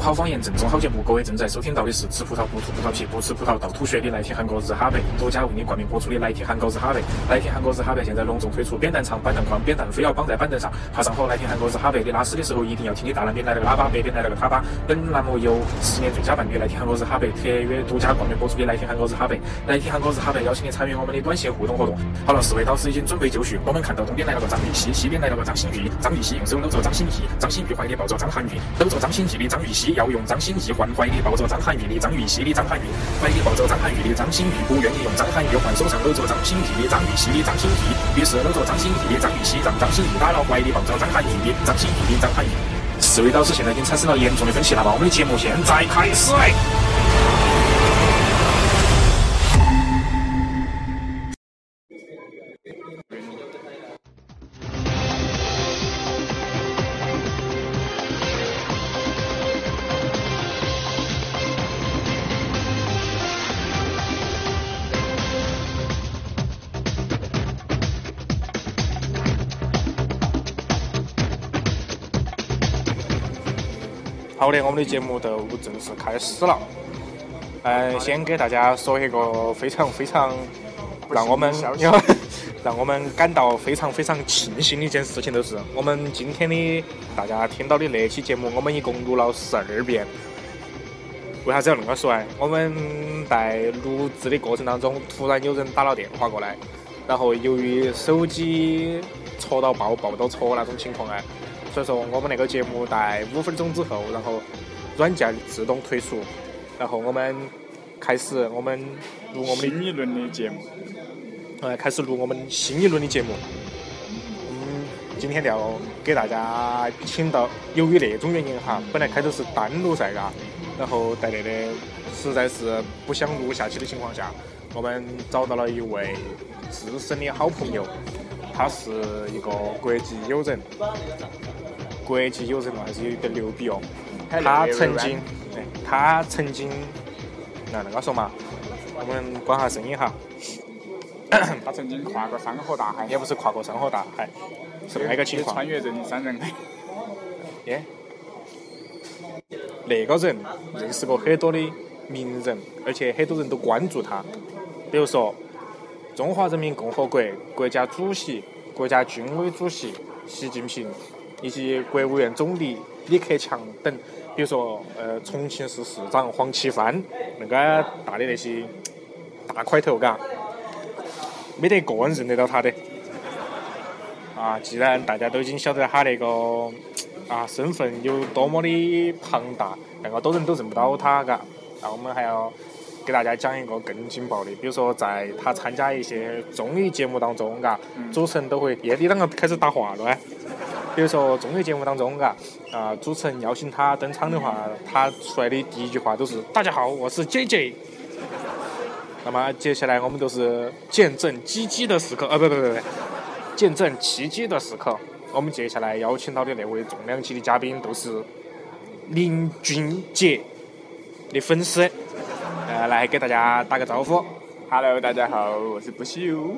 好方言正宗好节目，各位正在收听到的是吃葡萄不吐葡萄皮，不吃葡萄倒吐血的来听韩国日哈白，独家为你冠名播出的来听韩国日哈白，来听韩国日哈白现在隆重推出扁担长、板凳宽、扁担非要绑在板凳上，爬上火来听韩国日哈白的拉屎的时候一定要听你大南边来了个喇叭，北边来了个塔巴。本栏目由十年最佳伴侣来听韩国日哈白特约独家冠名播出的来听韩国日哈白，来听韩国日哈白邀请你参与我们的短信互动活动。好了，四位导师已经准备就绪，我们看到东边来了个张雨绮，西边来了个张馨予，张雨绮用手搂着张馨予，张馨予怀里抱着张涵予，搂着张馨予的张雨绮要用张馨予换怀里抱着张涵予的张雨绮的张涵予，怀里抱着张涵予的张馨予不愿意用张涵予换，手上搂着张馨予的张雨绮的张馨予，于是搂着张馨予的张雨绮让张馨予打了怀里抱着张涵予的张馨予的张涵予。四位导师现在已经产生了严重的分歧了吧？我们的节目现在开始。好的，我们的节目都正式开始了。呃，先给大家说一个非常非常让我们 让我们感到非常非常庆幸的一件事情，就是我们今天的大家听到的那期节目，我们一共录了十二遍。为啥子要那么说呢？我们在录制的过程当中，突然有人打了电话过来，然后由于手机戳到爆、爆到戳那种情况呢，啊所以说我们那个节目在五分钟之后，然后软件自动退出，然后我们开始我们录我们的新一轮的节目，呃开始录我们新一轮的节目。嗯，今天要给大家请到，由于那种原因哈，本来开头是单录噻嘎，然后在那里实在是不想录下去的情况下，我们找到了一位资深的好朋友，他是一个国际友人，国际友人嘛还是有一点牛逼哦。他曾经，对，他曾经，那那个说嘛，我们关下声音哈，他曾经跨过山河大海，也不是跨过山河大海，是那个情也况穿。越人山人海，耶，那个人认识过很多的名人，而且很多人都关注他，比如说中华人民共和国国家主席、国家军委主席习近平，以及国务院总理李克强等。比如说，呃，重庆市市长黄奇帆，那个大的那些大块头，嘎，没得一个人认得到他的。啊，既然大家都已经晓得他那个啊身份有多么的庞大，那个多人都认不到他，嘎。那我们还要给大家讲一个更劲爆的，比如说在他参加一些综艺节目当中，嘎，主持人都会，耶，你啷个开始打话了呢？哎比如说综艺节目当中，嘎，啊，主持人邀请他登场的话，他出来的第一句话都是“大家好，我是 J J”。那么接下来我们都是见证鸡鸡的时刻，啊，不不不不，见证奇迹的时刻。我们接下来邀请到的那位重量级的嘉宾，都是林俊杰的粉丝，呃，来给大家打个招呼。 Hello，大家好，我是不朽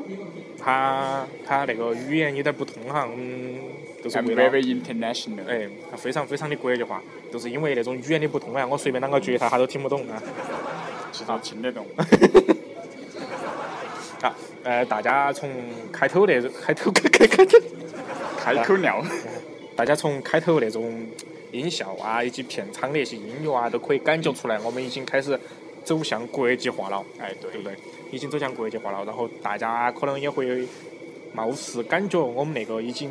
他他那个语言有点不通哈，我们都是，I'm 为了 very international。哎，他非常非常的国际化，都是因为那种语言的不通啊，我随便啷个撅他，他都听不懂啊。其实听得懂，啊，呃，大家从开头那种 开头开开开头。开口 尿，大家从开头那种音效啊，以及片场的一些音乐啊，都可以感觉出来，我们已经开始走向国际化了，哎，对对不，对？已经走向国际化了，然后大家可能也会貌似感觉我们那个已经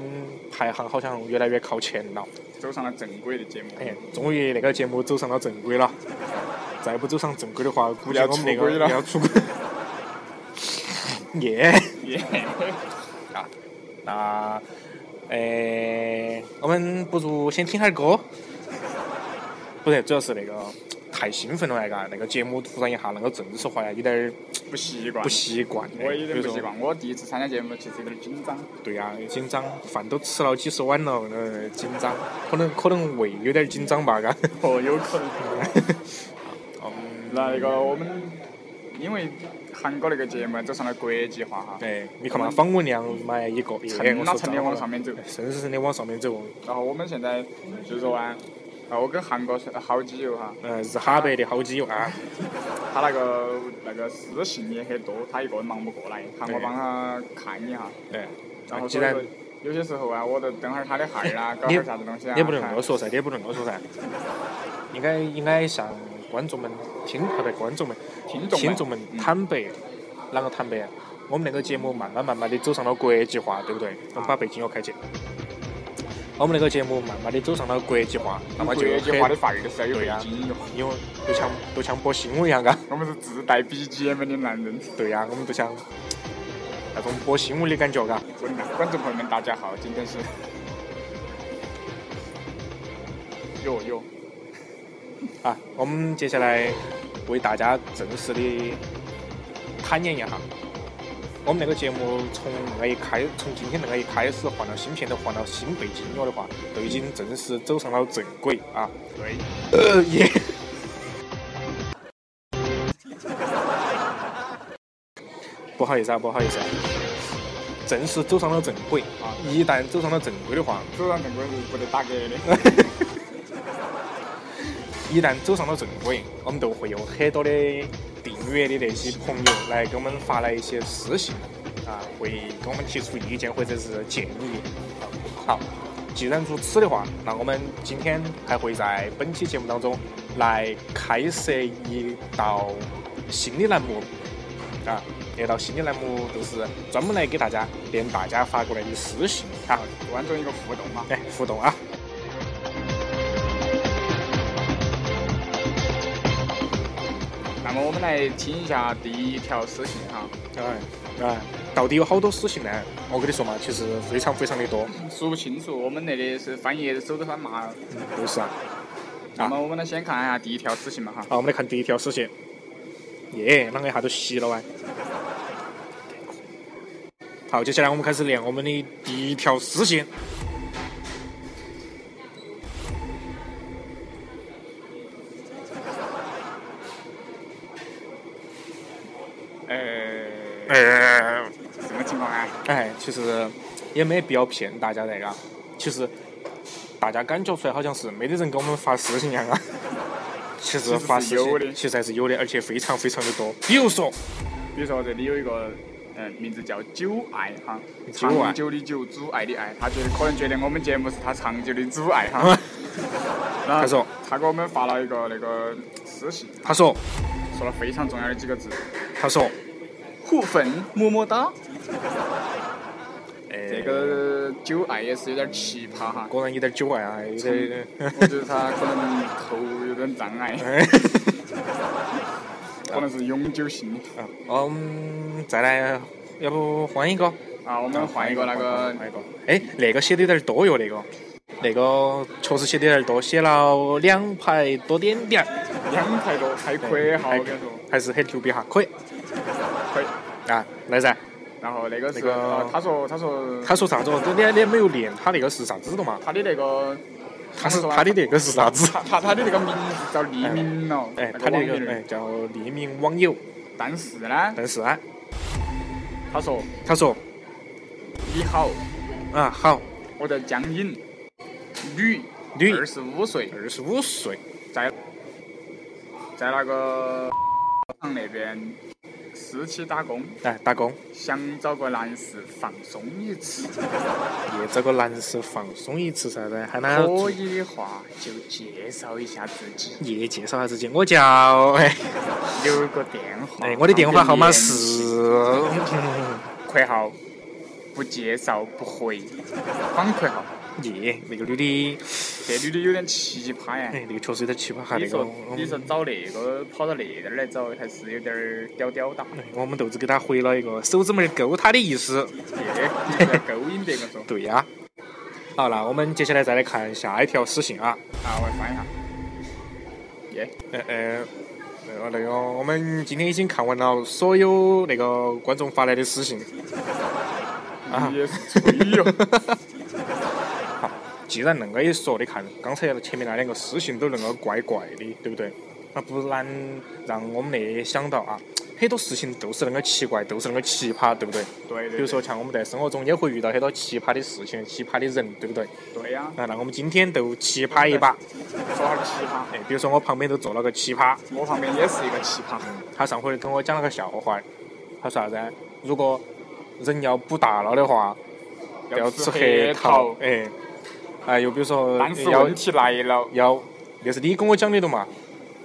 排行好像越来越靠前了，走上了正规的节目，哎，终于那个节目走上了正轨了。再不走上正轨的话，估计要我们那出个轨了要出轨。 耶、耶，那，诶，我们不如先听下儿歌。不是，主要是那个太兴奋了，那个那个节目突然一下那个正式化呀，有点儿不习惯，不，习惯。我有点比如不说习。惯，我第一次参加节目，其实有点紧张，对呀、紧张，饭都吃了几十碗了，呃，紧张，可能可能胃有点儿紧张吧， 嘎。哦，有可能。 嗯，那个我们因为韩国那个节目走上了国际化哈，哎，你看嘛，访问量嘛一个，蹭耶，我哪说蹭 的糟往了上面走。生生的往上面走，然后我们现在就是说啊，啊，我跟韩国是好基友哈，呃，是哈北的好基友啊，他那个那个私信也很多，他一个人忙不过来，喊我对帮他看一下。对，然啊后既所以然说有些时候啊，我都蹬下儿他的孩儿啊，搞你点儿啥子东西啊。也不能这看么说噻，也不能这么说噻，应该应该向观众们听，啊不，观众们听众听众们嗯坦白，啷个坦白啊？我们那个节目慢慢慢慢的走上了国际化，对不对？我们把背景乐开起。我们那个节目慢慢的走上了国际化，那我么们就国际化的很范儿的时候有哦对呀背景哟。因为就像就像播新闻一样啊。我们是自带 BGM 的男人。对呀、我们就像那种播新闻的感觉，嘎。滚蛋！观众朋友们，大家好，今天是哟哟，啊，我们接下来为大家正式的坦言一下，我们那个节目从那个一开，从今天那个一开始换了新片头，换了新背景乐的话，都已经正式走上了正轨啊。对，呃，也。 不好意思啊，不好意思啊，正式走上了正轨啊！一旦走上了正轨的话，走上正轨是不得打嗝的。 一旦走上了正轨，我们都会有很多的订阅的那些朋友来给我们发来一些私信，啊，会给我们提出意见或者是建议。好，既然如此的话，那我们今天还会在本期节目当中来开设一道新的栏目，啊，那道新的栏目就是专门来给大家念大家发过来的私信啊，观众一个互动嘛，来互动啊。那么我们来听一下第一条私信哈，哎哎，到底有好多私信呢？我跟你说嘛，其实非常非常的多，说不清楚，我们那里是翻页手都翻麻了。就是啊。那么我们来先看一下第一条私信嘛哈，好，我们来看第一条私信。耶，啷个一下都吸了哇！好，接下来我们开始念我们的第一条私信。呃，哎什么情况啊？哎，其实也没必要骗大家的啊。其实大家感觉出来好像是没得人给我们发私信一样啊。其实发私其实是有信的其实还是有的，而且非常非常的多。比如说，比如说这里有一个，呃，名字叫久爱哈，久爱长久的久，阻碍的爱，他觉得可能觉得我们节目是他长久的阻 碍哈。然后他说他给我们发了一个那个私信，他说，说了非常重要的几个字：他说，互粉，么么哒。 哎，这个久爱也是有点奇葩哈，果然有点久爱啊，有点。 我觉得他可能头有点障 碍，哎可能是永久性的。嗯，我们嗯再来，要不换一个？啊，我们换一个那个换一个。哎，那个写的有点多哟，那个，那个确实写的有点多，写了两排多点点儿，两排多开对阔哈，我跟你说，还是很牛逼哈，可以可以。啊，来噻。然后那个是，那个啊他说他说他说啥子哦？你你你没有念他那个是啥子的嘛？他的那个，他是怎么说啊他的那个是啥子？他他他的那个名字叫匿名了，哎，那他那网个名哎叫匿名网友，但是呢，但是啊，他说他说你好，啊好，我叫江颖，女，女二十五岁，二十五岁，在那个厂那边私企打工，哎打工，想找个男士放松一次，也找个男士放松一次噻，噻，喊他可以的话就介绍一下自己，也介绍下自己，我叫哎。留个电话。哎，我的电话号码是嗯括号，不介绍不回，反括号。嗯耶，那个女的，这女的有点奇葩呀。哎，那个确实有点奇葩哈，你那个嗯说，你说找那个跑到那点儿来找，还是有点儿屌屌哒，嗯我们豆子给他回了一个手指拇儿勾他的意思，这有点勾引别个说。对呀、好了，我们接下来再来看下一条私信啊，啊，我翻一下。耶，呃呃，那个那个，我们今天已经看完了所有那个观众发来的私信，啊你也是吹哟。既然恁个也说，你看刚才前面那两个私信都恁个怪怪的，对不对？那不然让我们也想到啊，很多事情都是那个奇怪，都是那个奇葩，对不对？对比对如说像我们在生活中也会遇到很多奇葩的事情、奇葩的人，对不对？对呀、啊，那我们今天都奇葩一把。说好奇葩，哎，比如说我旁边都坐了个奇葩，我旁边也是一个奇葩。他上回跟我讲了个笑话，他说啥子？如果人要补大脑的话，要吃核桃桃。。哎，啊，又比如说但是要问题来了，要，那是你跟我讲的了嘛？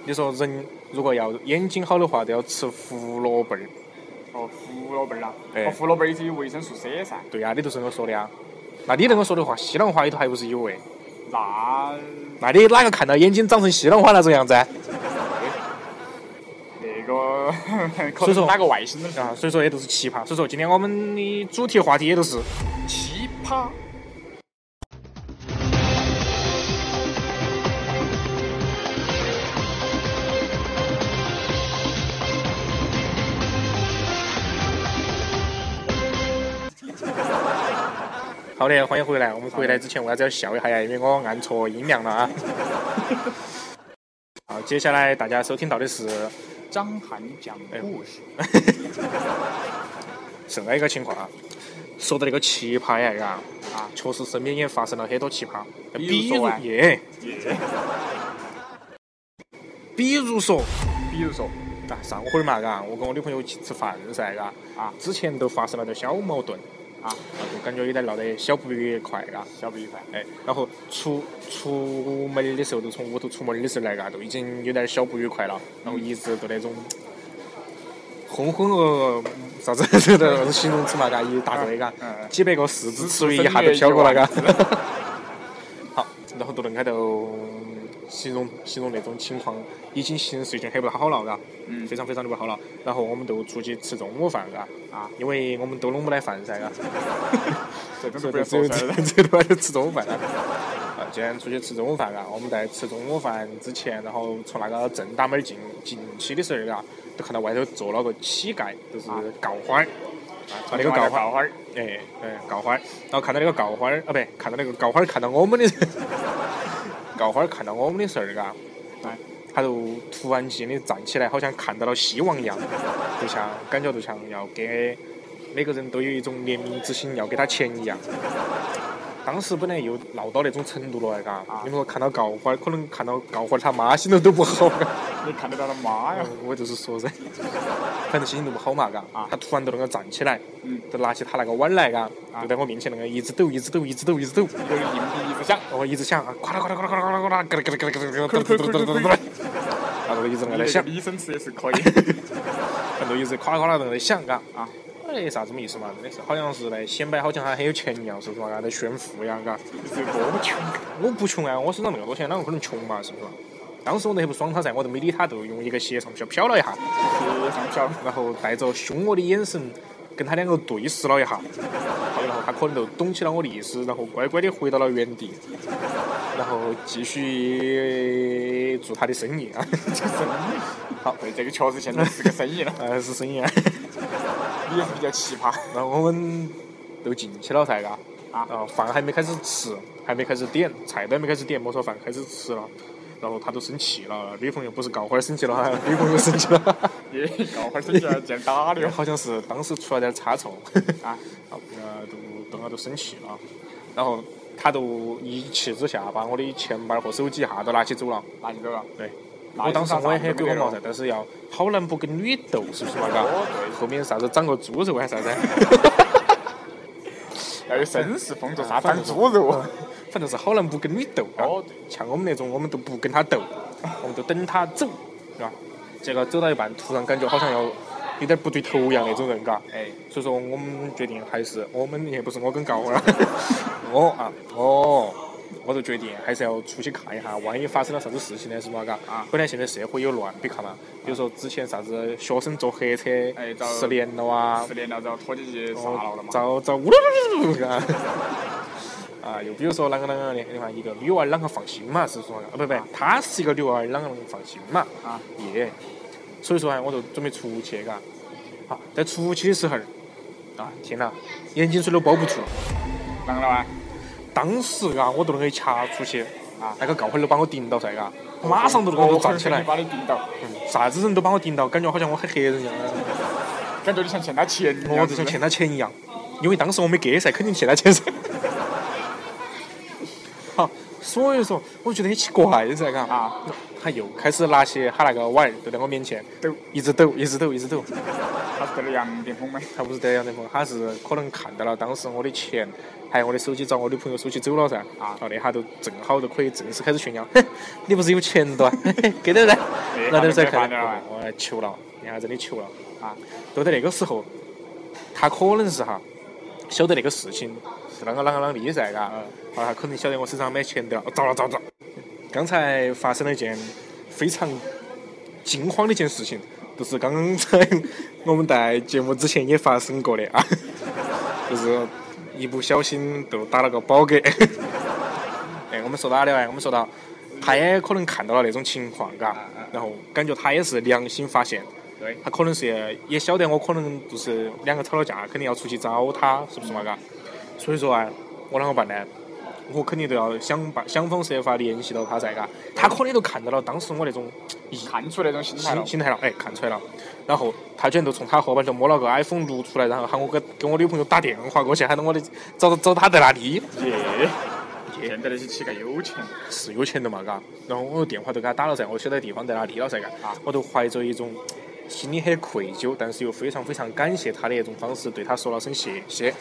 你说人如果要眼睛好的话，都要吃胡萝卜儿。哦，胡萝卜儿啊，哎哦胡萝卜儿也是有维生素 C 噻。对呀、你就是跟我说的呀。那你那个说的话，西兰花里头还不是有哎？那那你哪个看到眼睛长成西兰花那种样子啊？那个可所以能是说哪个外星人？啊，所以说也都是奇葩。所以说今天我们的主题话题也都是奇葩。好的，欢迎回来。我们回来之前为啥子要笑一下呀？因为我按错音量了啊。好，接下来大家收听到的是张涵讲故事，这样一个情况啊。说到那个奇葩呀，嘎，啊确实身边也发生了很多奇葩，比比如如说啊耶，比如说比如说啊，上回儿嘛，嘎，我跟我女朋友去吃饭噻，嘎，啊，之前都发生了点小矛盾，啊，就感觉有点闹得小不愉快，嘎，小不愉快，哎，然后出出门儿的时候，就从屋头出门儿的时候来，嘎，都已经有点小不愉快了，然后嗯一直都那种浑浑噩噩，啥子这个那种形容词嘛，嘎，一大堆，嘎嗯嗯，几百个四字词语一下都飘过来，嘎。好，然后都恁开头形容形容那种情况，已经形势已经很不好了，嘎，嗯非常非常的不好了。然后我们都出去吃中午饭，嘎，啊，因为我们都弄不来饭噻，嘎。这种所是以不只有能说出这来的。这段就吃中午饭了。啊，今天出去吃中午饭啊，我们在吃中午饭之前，然后从那个正大门儿进进去的时候啊，就看到外头坐了个乞丐，就是啊告花儿，啊那个告花儿，告花儿，哎哎告花儿，然后看到那个告花儿啊，不对，看到那个告花儿看到我们的时候，告花儿看到我们的时候啊哎，他就突然间的站起来，好像看到了希望一样，就像感觉就像要给每个人都有一种怜悯之心，要给他钱一样。当时本来又闹到那种程度了，嘎、啊你们说看到告花儿，可能看到告花儿他妈心头都不好。 你看得到他妈呀？我就是说噻，反正心情都不好嘛，嘎、啊他突然就那个站起来，嗯，就拿起他那个碗来，嘎、啊就在我面前那个一直抖，一直抖，一直抖，一直抖，有点硬币一直响，我一直想啊，咵啦咵啦咵啦咵啦咵啦，咯咯咯咯咯咯咯咯咯咯咯咯咯，啊，就一直在你那 那想个，李绅士也是可以。 反正一直咵啦咵啦在那想，嘎，啊，哎，啥子么意思嘛？真的是，好像是来显摆，好像他很有钱一样，是不是嘛？嘎，在炫富一样，嘎。是多穷，我不穷啊，我身上那么多钱，哪有可能穷嘛？是不是嘛？当时我都很不爽他噻，我都没理他，就用一个斜上飘瞟了一下，非常漂亮。然后带着凶恶的眼神跟他两个对视了一下，好然后他可能就懂起了我的意思，然后乖乖的回到了原地，然后继续做他的生意啊， 这个生意，好，对，这个确实现在是个生意了。呃是生意啊。你 也是比较奇葩，然后我们都进去了噻，嘎，啊然后饭还没开始吃，还没开始点，菜都还没开始点，莫说饭开始吃了。然后他都生气了，女朋友不是告花儿生气了， 女朋友生气 了，你搞会儿生意要见 打的哟。好像是当时出了点差错， 啊，啊，呃，都等下都生气了，然后他都一气之下把我的钱包和手机一下都拿起走了。那就这个。对，那我当时我也很很鬼火冒噻，但是要好男不跟女斗，是不是嘛？嘎哦对，后面啥子长个猪肉还是啥子？要有绅士风 度，啥反长正猪肉啊？嗯反正是好男不跟女斗啊哦对。像我们那种，我们都不跟他斗，我们都等他走，是吧？结果走到一半，突然感觉好像要有点不对头一样那种人，嘎。哎，所以说，我们决定还是我们也不是我跟告 了，我啊，哦，我就决定还是要出去看一下，万一发生了啥子事情呢，是嘛？嘎。啊本来现在社会有乱，你看嘛，比如说之前啥子学生坐黑车哎遭失联了啊，失联了，然后拖进去杀了的嘛。遭遭呜噜噜噜噜啊！啊，又比如说啷个啷个的，你看一个女娃儿啷个放心嘛，是说啊不不，她是一个女娃儿啷个能放心嘛？啊，耶！所以说啊，我就准备出去嘎，啊，在出去的时候儿，啊天哪，眼睛水都包不住，啷个了哇？当时嘎我都能给掐出去，啊那个告花儿都把我顶到噻嘎，马上都能给我哦我站起来，把你顶到。嗯啥子人都把我顶到，感觉好像我很黑人一样。感觉你想欠他钱一样。我只哦想欠他钱一样，因为当时我没给噻，肯定欠他钱噻。 好，所以说我觉得很奇怪噻，嘎，啊，他又开始拿起他那个碗就在我面前抖，一直抖，一直抖，一直抖。他是得了羊癫疯吗？他不是得杨德峰，他是可能看到了当时我的钱，还有我的手机遭我女朋友收起走了噻。啊好，那下就正好就可以正式开始炫耀，嘿，你不是有钱了 啊？嘿嘿给点噻，那点噻，看那就开始我来求了，你还真的求了。啊，就在那个时候，他可能是哈晓得那个事情是啷个啷个啷个噻，嘎，嗯啊，他可能晓得我身上没钱的了，哦糟了糟了糟了。刚才发生了一件非常惊慌的一件事情，就是刚刚才我们在节目之前也发生过的啊， 就是一不小心就打了个饱嗝。 哎，我们说哪里哎？我们说到，他也可能看到了那种情况，嘎啊啊，然后感觉他也是良心发现，对，他可能是也也晓得我可能就是两个吵了架，肯定要出去找他，是不是嘛？嘎，所以说啊，我啷个办呢？我肯定都要想办想方设法联系到他噻，嘎，他可能都看到了当时我那种看出那种心态了心。心态了，哎，看出来了。然后他居然都从他后边头摸了个 iPhone 六出来，然后喊我给给我女朋友打电话过去，喊到我的找找他在哪里，耶，现在那些乞丐有钱，是有钱的嘛，嘎。然后我电话都给他打了噻，我晓得地方在哪里了噻，嘎啊。我都怀着一种心里很愧疚，但是又非常非常感谢他的一种方式，对他说了声谢谢。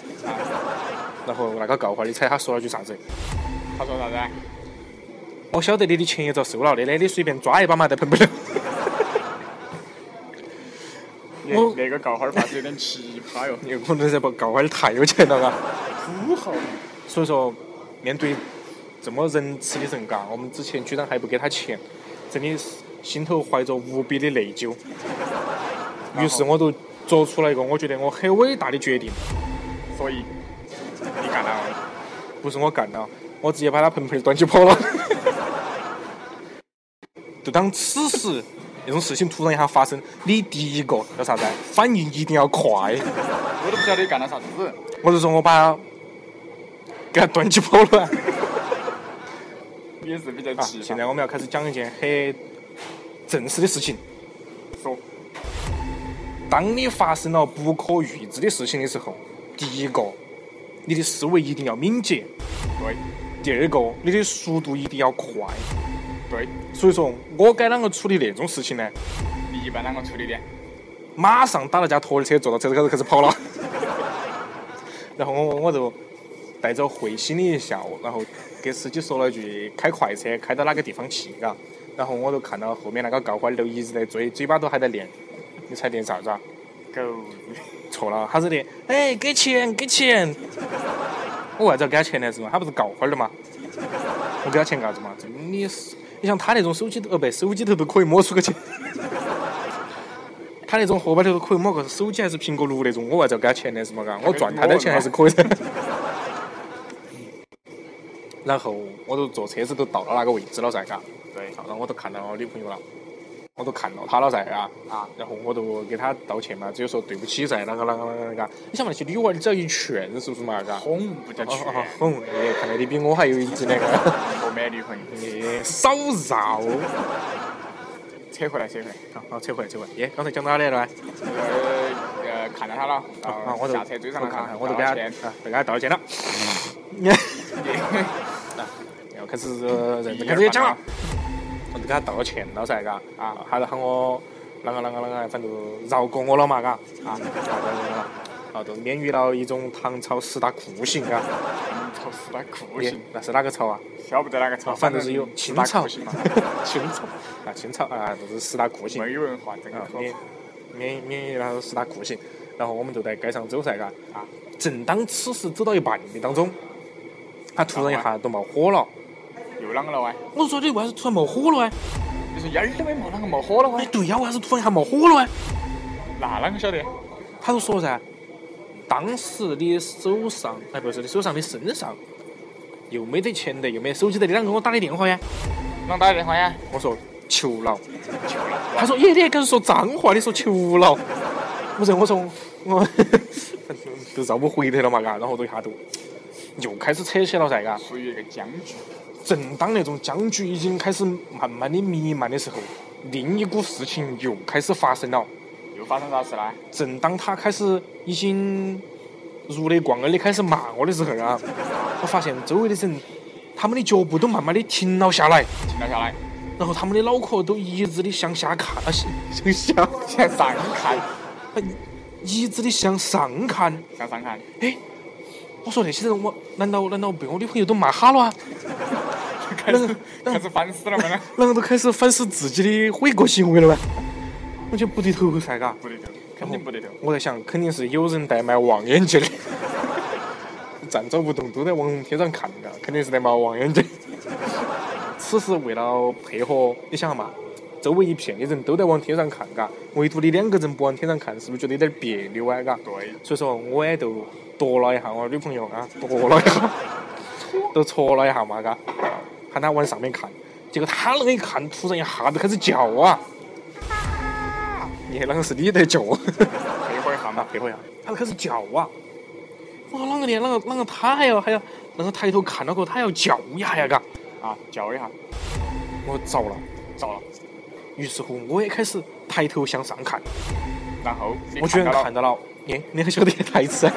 然后那个告话的猜他说了句啥子？他说啥子啊？我晓得你的钱也遭收了，那那你随便抓一把嘛，得碰不了。耶我那个告花儿发是有点奇葩哟，有可能是不告话的太有钱了，嘎。土豪。所以说，面对这么仁慈的人，嘎，我们之前居然还不给他钱，真的是心头怀着无比的内疚。于是我就做出了一个我觉得我很伟大的决定，所以你干了哦，不是我干的，我直接把他盆盆儿端起跑了。就当此时那种事情突然一下发生，你第一个要啥子啊？反应一定要快。我都不晓得你干了啥子。 我就说我把他给他端起跑了。你也是比较啊，奇现葩。在我们要开始讲一件很正式的事情。说，当你发生了不可预知的事情的时候，第一个，你的思维一定要敏捷；对第二个，你的速度一定要快。对，所以说，我该啷个处理那种事情呢？你一般啷个处理的？马上打了架拖车，坐到车子高头开始跑了。 然后我我就带着会心的一笑，然后给司机说了一句开快车开到哪个地方去，嘎。然后我就看到后面那个告花儿都一直在追，嘴巴都还在念，你猜念啥子啊？狗错了，他是的，哎，给钱，给钱。我为啥子要给他钱呢？是吗？他不是告花儿的吗？我给他钱干啥子嘛？真的是，你像他那种手机头，呃，不，手机头都可以摸出个钱。 他那种荷包头都可以摸个手机还是苹果六那种，我为啥子要给他钱呢？是嘛？嘎，我赚他的钱还是可以的。 然后我就坐车子都到了那个位置了噻，嘎。对然后我都看到我女朋友了，我都看到她了噻，嘎。啊，然后我就给他道歉嘛，只有说对不起噻，啷个啷个啷个啷个。你想嘛，那些女娃儿你只要一劝，是不是嘛？嘎。哦哄不叫哦劝，哦，哄，哎，看来你比我还有一斤那个。我没女朋友。你少绕。扯回来，扯回来。好，好，扯回来，扯回来。耶，刚才讲到哪里了？呃呃，看到他了，啊然啊，后我都下车追上我了看他看，，我都给他道歉啊，都给他道歉了。嗯 啊要开始呃认真开始讲了，我就给他道歉了噻，嘎。啊，他就喊我啷个啷个啷个，反正就饶过我了嘛，嘎。啊，啊，就免于了一种唐朝十大酷刑，嘎。操死他酷耶刑，，那是哪个朝啊？晓不得哪个操，反正是有十清大朝 酷刑嘛，清朝啊，清朝啊，这是十大酷刑没文化，真啊的，免免免于那十大酷刑。然后我们就在街上走噻，嘎。啊，正当此时走到一半的当中，他突然一下都冒火了。又啷个了喂？我说你为啥子突然冒火了哎？你说烟儿都没冒，啷个冒火了哎，喂？对呀，为啥子突然一下冒火了哎？那啷个晓得？他就说噻，当时你手上，哎，不是你手上，你身上又没得钱的，又没手机的，你啷个给我打的电话呀？啷打的电话呀？我说求饶。求了，他说：“耶，你还敢说脏话？你说求饶？”我说：“我说我 都绕不回头了嘛，嘎。”然后就一下就又开始扯起了噻，嘎。属于一个僵局，正当那种僵局已经开始慢慢的弥漫的时候，另一股事情又开始发生了。又又发生啥事啦？正当他开始已经如雷贯耳的开始骂我的时候啊，我发现周围的人他们的脚步都慢慢的停了下来，停了下来，然后他们的脑壳都一直的向下看，啊，向向下，向上看，哎一直的向上看。向上看，哎，我说那些人，我难道难道被我女朋友都骂哈了啊？开始 开始反思了没呢？然后都开始反思自己的悔过行为了吗？我觉得不对头噻，嘎。不对头，肯定不对头。我在想，肯定是有人戴卖望远 镜的，站着不动，都在往天上看嘎，肯定是在卖望远镜。此时为了配合，你想嘛，周围一片的人都在往天上看嘎，唯独你两个人不往天上看，是不是觉得有点别扭啊？嘎，对，所以说我也就夺了一下我女朋友啊，夺了一下，都戳了一下嘛，嘎，喊她往上面看，结果她那一看，突然一下子开始叫啊，你啷个是你在叫？配合一下嘛，配合一下，他开始叫啊！哇，啷个的？啷个啷个？他还要还要，啷个抬头看到过，他还要叫一下呀？嘎！啊，叫一下，我遭了。着了。于是乎，我也开始抬头向上看，然后你我居然到了看到了，耶！你还晓得台词啊？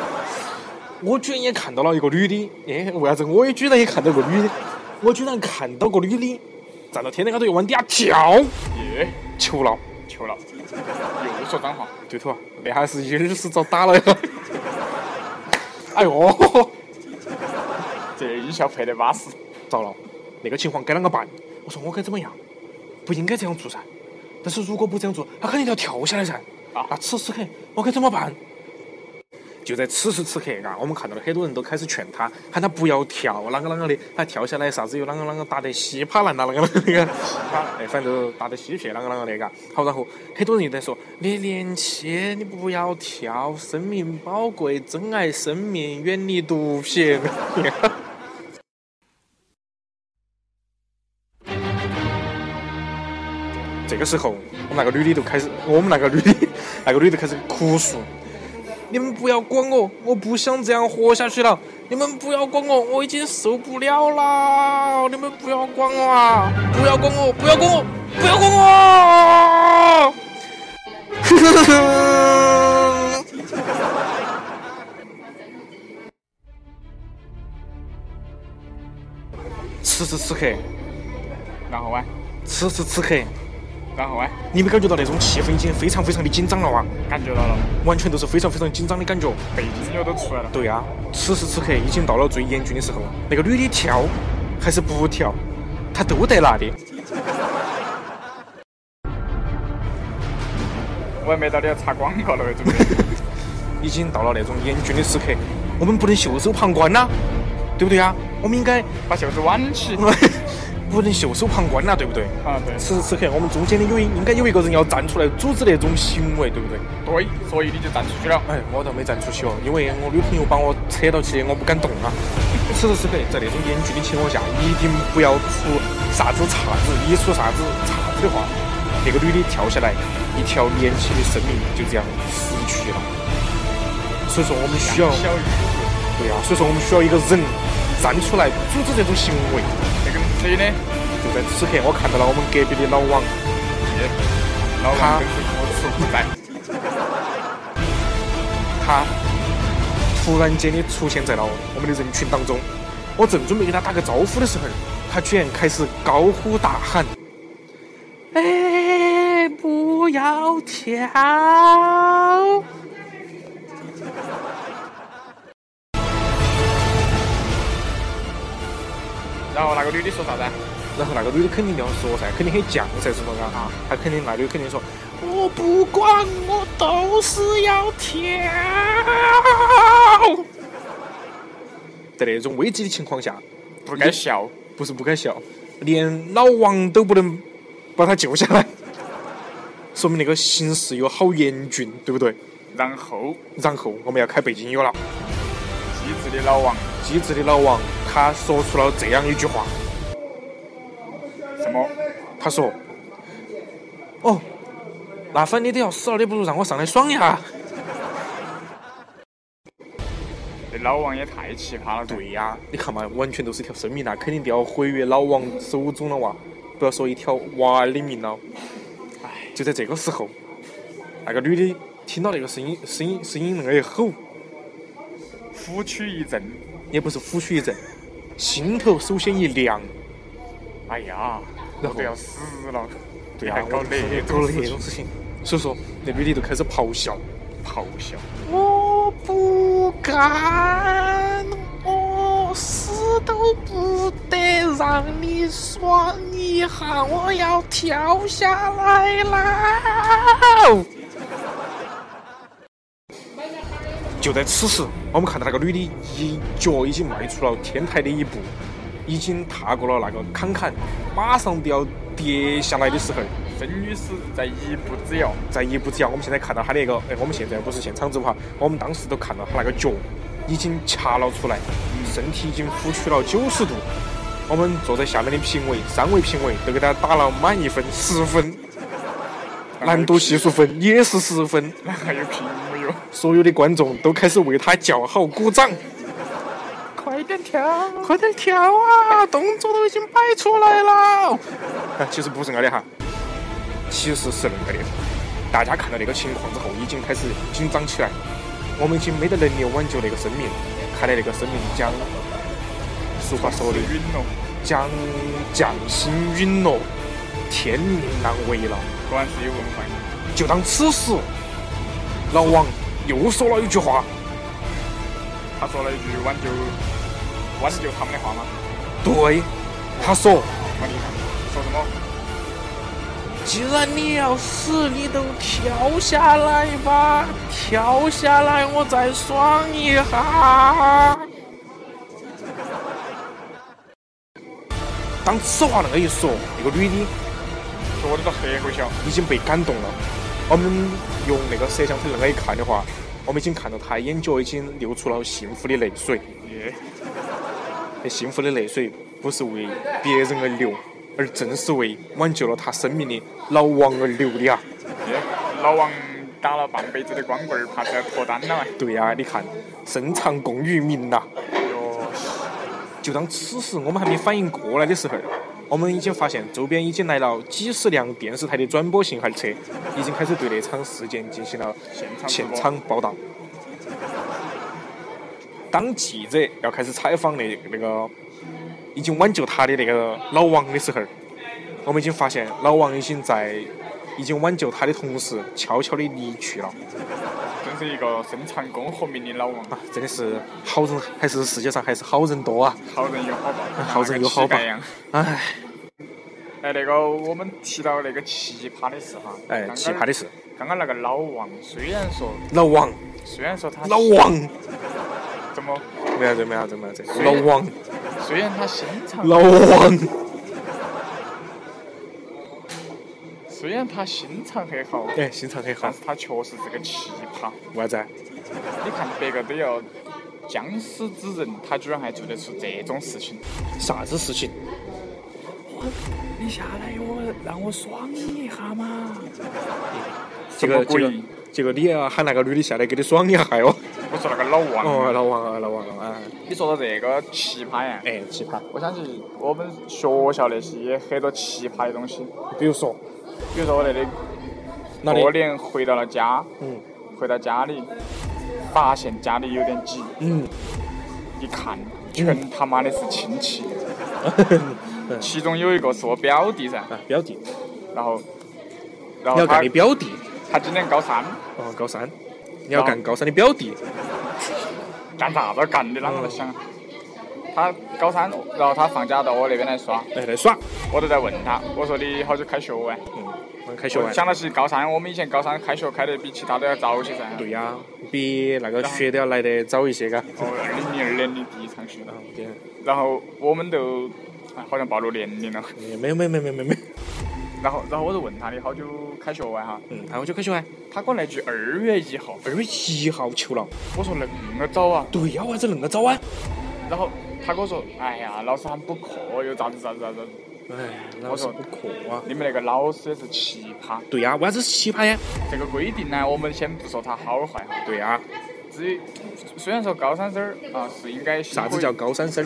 我居然也看到了一个女的，耶！为啥子我也居然也看到个女的？我居然看到个女的站到天台高头又往底下啊跳，耶，求了！求了，又说脏话，对头啊，那还是一耳屎遭打了呀！ 哎呦，这音效配得巴适。糟了，那个情况该啷个办？我说我该怎么样？不应该这样做噻。但是如果不这样做，他肯定要跳下来噻。啊那此时此刻我该怎么办？就在此时此刻啊，我们看到了很多人都开始劝他，喊他不要跳，啷个啷个的，他跳下来啥子又啷个啷个打得稀巴烂呐，啊啷个啷个 那个，哎，反正都打得稀撇，啷个啷个的嘎。好，然后很多人又在说，你年轻，你不要跳，生命宝贵，珍爱生命，远离毒品。这个时候，我们那个女的就开始，我们那个女的，那个女的开始哭诉：“你们不要管我，我不想这样活下去了！你们不要管我，我已经受不了啦！你们不要管我啊！不要管我，不要管我，不要管我！”此时此刻，然后啊，此时此刻，然后啊，你没感觉到那种气氛已经非常非常的紧张了哇？感觉到了，完全都是非常非常紧张的感觉。背景音都出来了。对啊，此时此刻已经到了最严峻的时候，那个女的跳还是不跳，她都在那里。我还没到你要插广告了，准备。已经到了那种严峻的时刻，我们不能袖手旁观啦、对不对啊？我们应该把袖子挽起。 不能袖手旁观啦、对不对？啊，对，此时此刻，我们中间的有一应该有一个人要站出来阻止那种行为，对不对？对，所以你就站出去了。哎，我倒没站出去哦，因为我女朋友把我扯到起，我不敢动啊。此时此刻，在那种严峻的情况下，一定不要出啥子岔子，一出啥子岔子的话，那个女的跳下来，一条年轻的生命就这样失去了。所以说，我们需要小雨，对啊，所以说我们需要一个人站出来阻止这种行为。这个谁呢？就在此刻，我看到了我们隔壁的老王，耶，老王跟随我吃不在。他突然间的出现在了我们的人群当中。我正准备给他打个招呼的时候，他居然开始高呼大喊：“哎，不要跳！”然后那个女的说啥子啊？然后那个女的肯定要说噻，肯定很犟噻，是不是啊？她肯定那女的肯定说：“我不管，我都是要跳。”在那种危机的情况下，不该笑，不是不敢笑，连老王都不能把他救下来，说明那个形势有好严峻，对不对？然后然后我们要开背景音乐了。机智的老王，机智的老王他说出了这样一句话，什么？他说：“哦，那反正你都要死了，你不如让我上来爽一下。这老王也太奇葩了，”对哎呀、你看嘛，完全都是一条生命呐，啊肯定都要毁于老王手中哎了哇！不要说一条娃儿的命了。就在这个时候，那个女的听到那个声音，声音声音那个一吼，虎躯一震，也不是虎躯一震，心头首先一凉。哎呀，然我后都要死了，对你还啊，搞那搞种了事那情种，事情，所以说那女的就开始咆哮，咆哮，我不敢，我死都不得让你爽一下，我要跳下来啦！就在此时，我们看到那个女的一脚已经迈出了天台的一步，已经踏过了那个坎坎，马上就要跌下来的时候，曾女士在一步之遥，在一步之遥，我们现在看到他的那个，哎，我们现在不是现场直播哈，我们当时都看到他那个呃脚已经掐了出来，身体已经俯曲了九十度。我们坐在下面的评委，三位评委都给他打了满一分，十分，难度系数分也是十分。 那还有屏幕哟，所有的观众都开始为他叫好鼓掌，快点跳，快点跳啊！动作都已经摆出来了。啊，其实不是那的哈，其实是那个的。大家看到那个情况之后，已经开始紧张起来，我们已经没得能力挽救那个生命，看来那个生命将，俗话说我的都晕了。将将心陨落，天命难违了。果然是有文化，就当此时，老王又说了一句话，他说了一句挽救挽救他们的话吗？对，他说。好厉害，说什么？既然你要死，你都跳下来吧，跳下来，我再爽一下。当此话那个一说，那个女的说的都黑会笑，已经被感动了。我们用那个摄像头那个一看的话，我们已经看到她眼角已经流出了幸福的泪水。耶，那幸福的泪水不是为别人而流，而正是为挽救了她生命的老王而流的啊！老王打了半辈子的光棍儿，怕是要脱单了。对呀、你看，深藏功与名呐、哟，就当此时我们还没反应过来的时候，我们已经发现周边已经来了几十辆电视台的转播信号车，已经开始对那场事件进行了现场直现播场报道。当记者要开始采访那那个已经挽救他的那个老王的时候，我们已经发现老王已经在已经挽救他的同时，悄悄的离去了。真是一个深藏功和名的老王，啊，真的是好人还是世界上还是好人多啊！好人有好报，好人有好报像那个乞丐一样。唉，哎，那个我们提到那个奇葩的事哈，哎，刚刚奇葩的。是刚刚那个老王，虽然说老王。虽然说他老王，怎么，没有子，没有子，没有子，老王，虽然他心肠，老王，虽然他心肠很好，哎，心肠很好但，是他确实是个奇葩。为啥子？你看别个都要将死之人，他居然还做得出这种事情。啥子事情？你下来我让我爽一下嘛。这什么个这鬼？个这个，你要喊那个女的下来给你爽一下哟。我说那个老王，哦，老王啊，老王啊，你说到这个奇葩呀，哎，奇葩。我相信我们学校那些很多奇葩的东西，比如说，比如说我那里那过里，年回到了家，嗯回到家里，发现家里有点挤，嗯，一看全他妈的是亲戚，嗯 其中有一个是我表弟噻，啊，表弟，然后，然你后要他干你表弟，他今年高三，哦，高三，你要干高三的表弟，干啥子嗯干的？啷个都想。啊他高三，然后他放假到我那边来耍，来来耍，我都在问他，我说你好久开学啊？嗯，我们开学我完，想到起高三，我们以前高三开学开得比其他都要早些噻。对呀，比那个学的要来得早一些嘎，哦，二零零二年的第一场雪，嗯，对，然后我们都，哎，好像暴露年龄了。没有没有没有没有没有，然后，然后我就问他你好久开学完哈？嗯，然后就开学完，他给我来句二月一号，二月一号求了，我说恁个早啊。对呀，为啥子恁个早啊？然后他跟我说，哎呀，老师喊补课又咋子咋子咋子，哎，老师我说补课啊。你们那个老师也是奇葩。对啊呀、为啥子是奇葩呀？这个规定呢，我们先不说它好坏哈。对啊呀、至于虽然说高三生儿啊是应该辛啥苦子一叫高三生？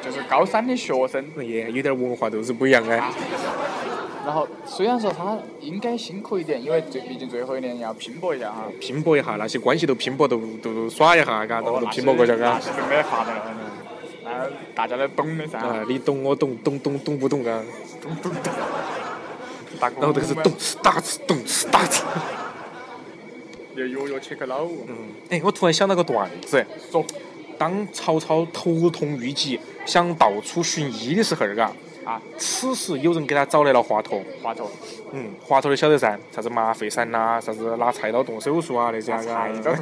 就是高三的学生也有点文化都是不一样哎、啊，然后虽然说他应该辛苦一点，因为最毕竟最后一年要拼搏一下啊哈。拼搏一下，那些关系都拼搏都都耍一下，嘎，啊都都哦拼搏过一下，啊哦那嘎。是真的发达了，那大家都懂的噻。啊，你懂我懂，懂懂懂不懂啊？懂懂懂。大哥，然后这个是咚打次咚打次。又又又切克老五，嗯，哎，我突然想到个段子，说当曹操头痛欲疾，想到处寻医的时候，嘎，啊，此时有人给他找来了华佗。话头，嗯，华佗就晓得噻，啥子麻沸散呐，啥子拿菜刀动手术啊那些啊，菜刀嘎，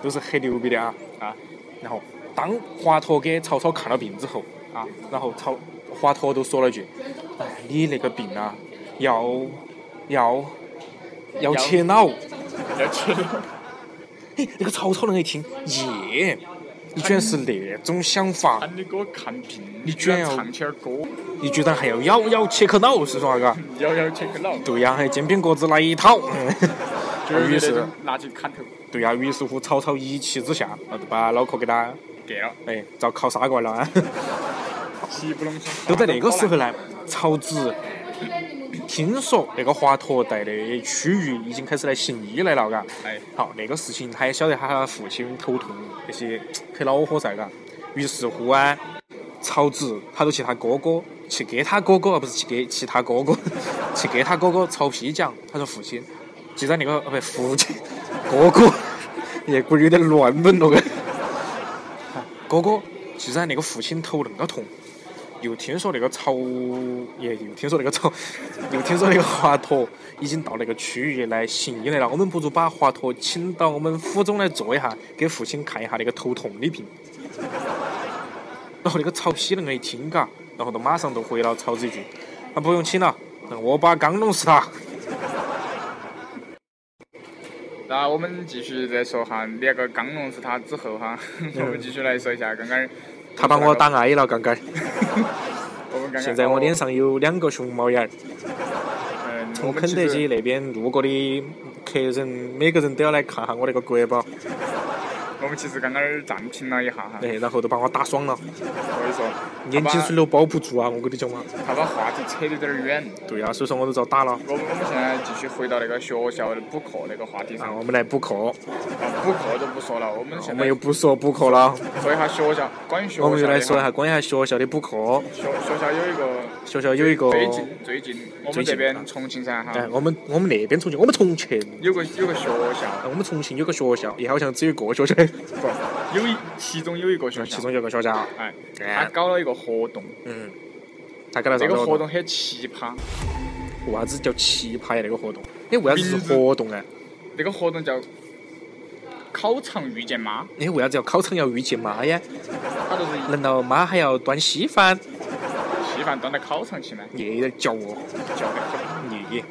都是很牛逼的啊。啊然后当华佗给曹操看了病之后，啊，然后曹华佗都说了一句：“哎，你那个病啊，要要要切脑。要切了。”嘿，那个曹操人一听，耶，你居然是那种想法，喊你给我看病，你居然居然唱起儿歌，你居然还要咬咬切克脑是说那个？摇摇切克老，对呀、还煎饼果子来一套。就是于那是种，拿起砍头对呀、于是乎曹操一气之下，啊，就把脑壳给他干了，哎遭烤杀过来了啊。气不拢声。就在那个时候呢，曹植听说那个华佗在的区域已经开始来行医来了，嘎。哎，好，那个事情他也晓得他父亲头痛那些很恼火噻，嘎。于是乎啊，曹植他就去他哥哥去给他哥哥，而不是去给去他哥哥，去给他哥哥曹丕讲，他说父亲，既然那个呃不父亲哥哥，也龟儿有点乱伦了个。 哥哥，既然那个父亲头那个痛，又听说那个曹，也又听说那个 曹，又听说那个华佗已经到那个区域来行医来了，我们不如把华佗请到我们府中来坐一下，给父亲看一下那个头痛的病。然后那个曹丕那个一听嘎，然后就马上就回了曹植一句：“啊，不用请了，我把刚弄死他。那我们继续再说哈，那个刚弄死他之后哈， 我们继续来说一下刚刚”嗯他把我打挨了，刚刚。我们刚刚现在我脸上有两个熊猫眼儿。嗯，我从们肯其德实基那边嗯路过的客人，每个人都要来看下我那个国宝，我们其实刚刚暂停了一下哈，哎，然后都把我打爽了，所以说眼睛水了，都包不住啊！我跟你讲嘛，他把话题扯得有点儿远。对啊，所以说我都遭打了。我们我们现在继续回到那个学校的补课那个话题啊，上，我们来补课，啊，补课就不说了，我们我现在们又不说补课了，说一下学校，关于学校我们就来说一的哈下关于一下学校的补课。学学校有一个学校有一个，最近最近我最近们这啊边重庆噻哈，哎，我们我们那边重庆，我们重庆，有个有个学校，我们重庆有个学校，也好像只有一个学校，不，有一其中有一个学校其，中有个学校，哎，他哎，搞了一个活动，嗯，他搞了啥这子个活？动很奇葩，为啥子叫奇葩呀？那个活动，哎，为啥子是活动啊？这个活动叫考场遇见妈，哎，为啥子要考场要遇见妈呀？他就是难道妈还要端稀饭？稀饭端到考场去呢，你有点叫我，叫得很。你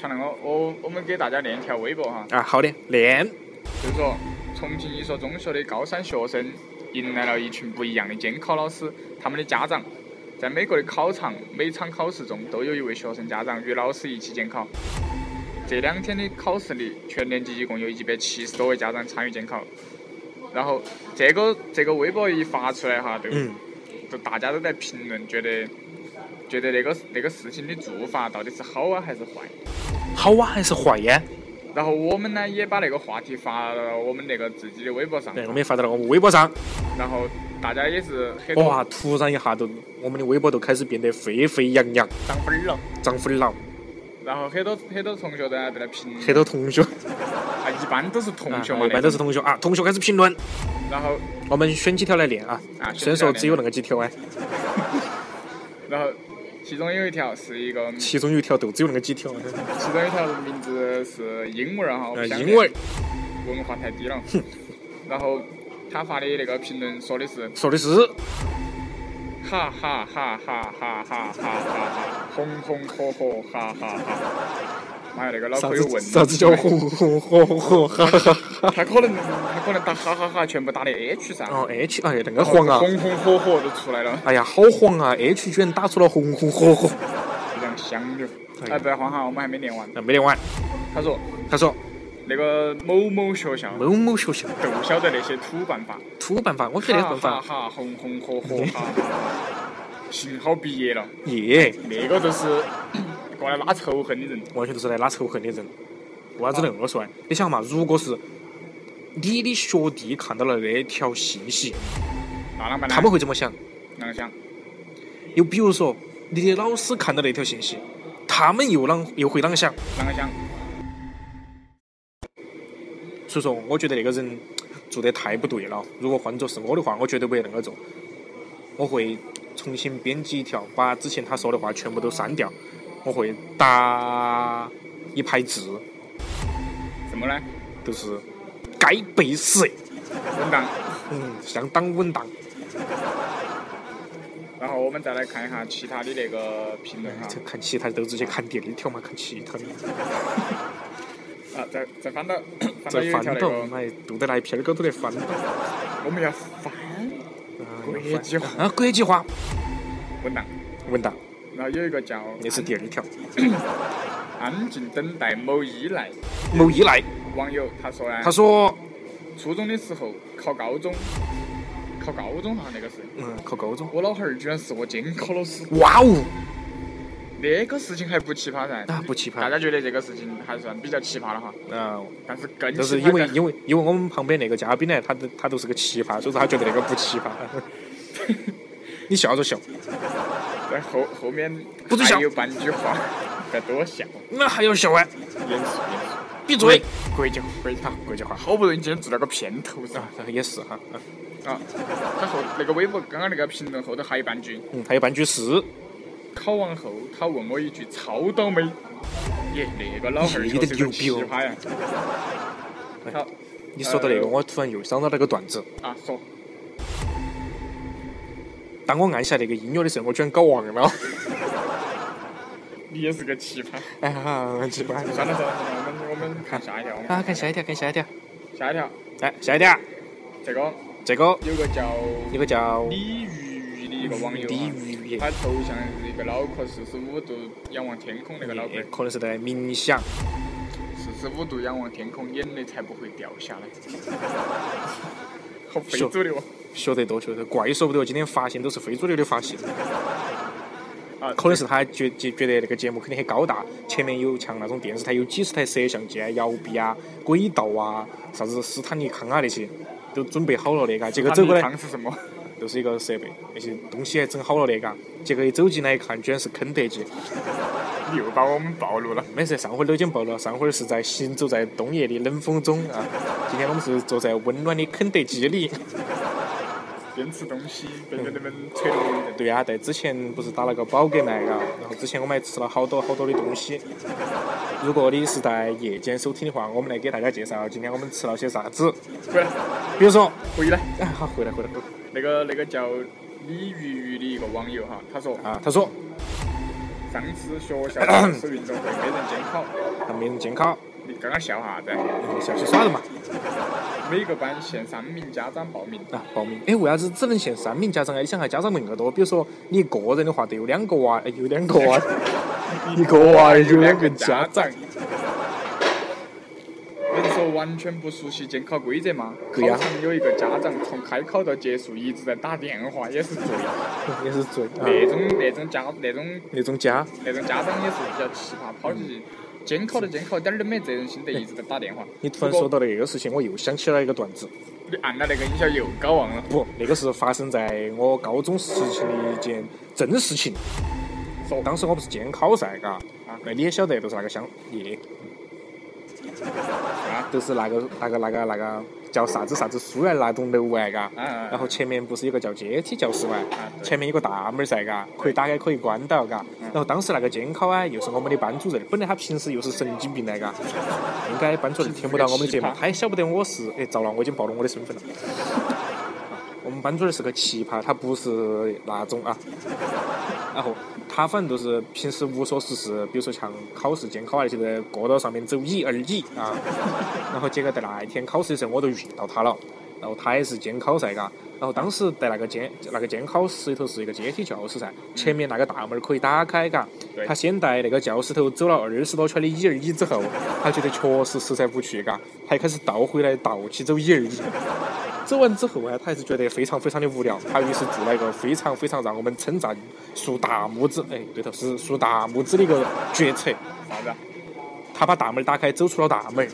像那个我我们给大家念一条微博哈，啊，好的，练。就是说重庆一所中学的高三学生迎来了一群不一样的监考老师，他们的家长。在美国的考场，每场考试中都有一位学生家长与老师一起监考。这两天的考试里，全年级一共有一百七十多位家长参与监考。然后这个这个微博一发出来哈，对吧？嗯，就大家都在评论，觉得觉得那个那个事情的做法到底是好啊还是坏？好啊还是坏呀？然后我们呢也把那个话题发到我们那个自己的微博上，哎对，我们也发到了我们微博上。然后大家也是很多哇，突然一下都，我们的微博都开始变得沸沸扬扬，涨粉儿了，涨粉了，然后很多很多同学呢在那评论，很多同学，啊一般都是同学啊嘛，一般都是那种同学啊，同学开始评论，然后我们选几条来练啊啊。虽然说只有那个几条啊，然后其中有一条是一个，其中有一条都只有那个几 条啊，其中有一条名字是英文儿哈，我不啊想因念为文化太低了，然后他发的那个评论说的是说的是哈哈哈哈哈哈哈哈哈，红红火火哈哈哈。妈呀，那个脑啥壳有子问题。啥子叫红红火火哈哈哈。他可能他可能打哈哈哈全部打的 H 噻，哦，H 哎，那个黄啊，红红火火就出来了，哎呀，好黄啊！H 居然打出了红红火火，非常香的。哎哎，不要慌哈，我们还没念完。那没得完。他说他说那个某某学校某某学校都晓得那些土办法，土办法，我觉得那个哈办法哈哈，红红火火哈哈哈。幸好毕业了，耶，那个就是 过来拉仇恨的人。完全都是来拉仇恨的人。为啥子恁个说呢？你想嘛，如果是你的学弟看到了那条信息，那啷办呢？他们会怎么想？啷个想？又比如说，你的老师看到那条信息，他们又啷又会啷个想？啷个想？所以说，我觉得那个人做得太不对了。如果换做是我的话，我绝对不会恁个做，我会重新编辑一条，把之前他说的话全部都删掉，我会打一排字，怎么呢？就是该被死，稳当。嗯，相当稳当。然后我们再来看一下其他的那个评论哈。这看其他的都直接看第二条嘛，看其他的。啊，再 再翻到翻到再有一条翻那到个，，哎，读得来片儿哥都得翻到。我们要翻国际化啊，国际化，稳当。稳当，然后有一个叫那是第二条。安静等待某依赖某依赖，网友他说啊呢，他说，初中的时候考高中，考高中哈那个是，嗯，考高中。我老汉儿居然是我监考老师，哇哦，那个事情还不奇葩噻。那不奇大葩。家觉得这个事情还算比较奇葩了哈，嗯，但是更 奇葩就的是因为因为因为我们旁边那个嘉宾呢，他都他都是个奇葩，所以说他觉得那个不奇葩。 你笑着笑，在后后面不准还笑有半句话，该多笑，那还要笑啊？严肃严肃。闭嘴！国际国际化，国际化好不容易今天做了个片头噻。也是哈，嗯啊，他后那个微博刚刚那个评论后头还有半句，嗯，还有半句是，考完后他问我一句超倒霉，耶，那个老汉儿咦确有点实是奇牛逼哦葩呀。好你说到那个，呃我突然又想到那个段子。啊，说当我按下那个音乐的时候，我居然搞忘了。 你也是个奇葩。哎呀，奇葩！算了算了算了，我们我们看下一条，我们啊，看下一条，看下一条。下一条，哎来，下一条，这个这个有个叫有个叫李玉玉的一个网友啊，李玉叶，他头像是一个脑壳四十五度仰望天空那个脑壳，也可能是在冥想。四十五度仰望天空，眼泪才不会掉下 来。好非主流哦。学得多，学得多怪，说不得我今天发现都是非主流的发现。啊，可能是他觉觉觉得那个节目肯定很高大，前面有像那种电视台有几十台摄像机啊、摇臂啊、轨道啊、啥子斯坦尼康啊那些，都准备好了的嘎。结果走过来汤是什么？又是一个设备，那些东西还整好了的嘎。结果一走进来一看，居然是肯德基。你又把我们暴露了。没事，上回都已经报了，上回是在行走在冬夜的冷风中啊，今天我们是坐在温暖的肯德基里。边吃东西边给你们吹牛对啊，在之前不是打了个饱嗝麦嘎，啊然后之前我们还吃了好多好多的东西。如果你是在夜间收听的话，我们来给大家介绍今天我们吃了些啥子。回来，比如说，回来。啊，好，回来回来回来那个那个叫李鱼鱼的一个网友哈，他说啊，他说上次学校的手运动会没人监考，他没人监考，你刚刚笑啥子？嗯下去耍了嘛啊每个班限三名家长报名，啊，报名。哎，为啥子只能限三名家长啊？你想下家长恁个多，比如说你一个人的话，得有两个娃，哎有两个娃，一个娃有两个家长。能说完全不熟悉监考规则吗？对呀考场有一个家长从开考到结束一直在打电话，也是醉。也是最啊那种那种家那种那种家，那种家长也是比较奇葩，跑去监考的监考，点儿都没责任心的，一直在打电话。 你突然说到那个事情，我又想起了一个段子。你按了那个音效又搞忘了，不，那个是发生在我高中时期的一件真事情。说当时我不是监考噻，嘎啊，那你也晓得，就是那个香叶，啊就是那个那个那个那个叫啥子啥子书来那栋楼啊，嘎。啊啊然后前面不是有个叫阶梯教室嘛啊，对嗯前面有个大门儿噻，嘎，可以打开可以关到，嘎。然后当时那个监考啊，又是我们的班主任，本来他平时又是神经病来，嘎，应该班主任听不到我们的节目是个奇葩，他也晓不得我是，哎，糟了，我已经暴露我的身份了。我们班主任是个奇葩，他不是那种啊，然后他反正就是平时无所事事，比如说像考试、监考啊那些，在过道上面走一而已啊。然后结果在那一天考试的时候，我都遇到他了。然后他也是监考噻，嘎。然后当时在那个监那个监考室里头是一个阶梯教室噻，前面那个大门儿可以打开，嘎对。他先在那个教室头走了二十多圈的一而一之 后，他觉得确实实在不去，嘎，他又开始倒回来倒起走一而一。做完之后啊，他还是觉得非常非常的无聊，他于是做了一个非常非常让我们称赞、竖大拇指，哎，对头，是竖大拇指的一个决策。啥子啊？他把大门打开，走出了大门，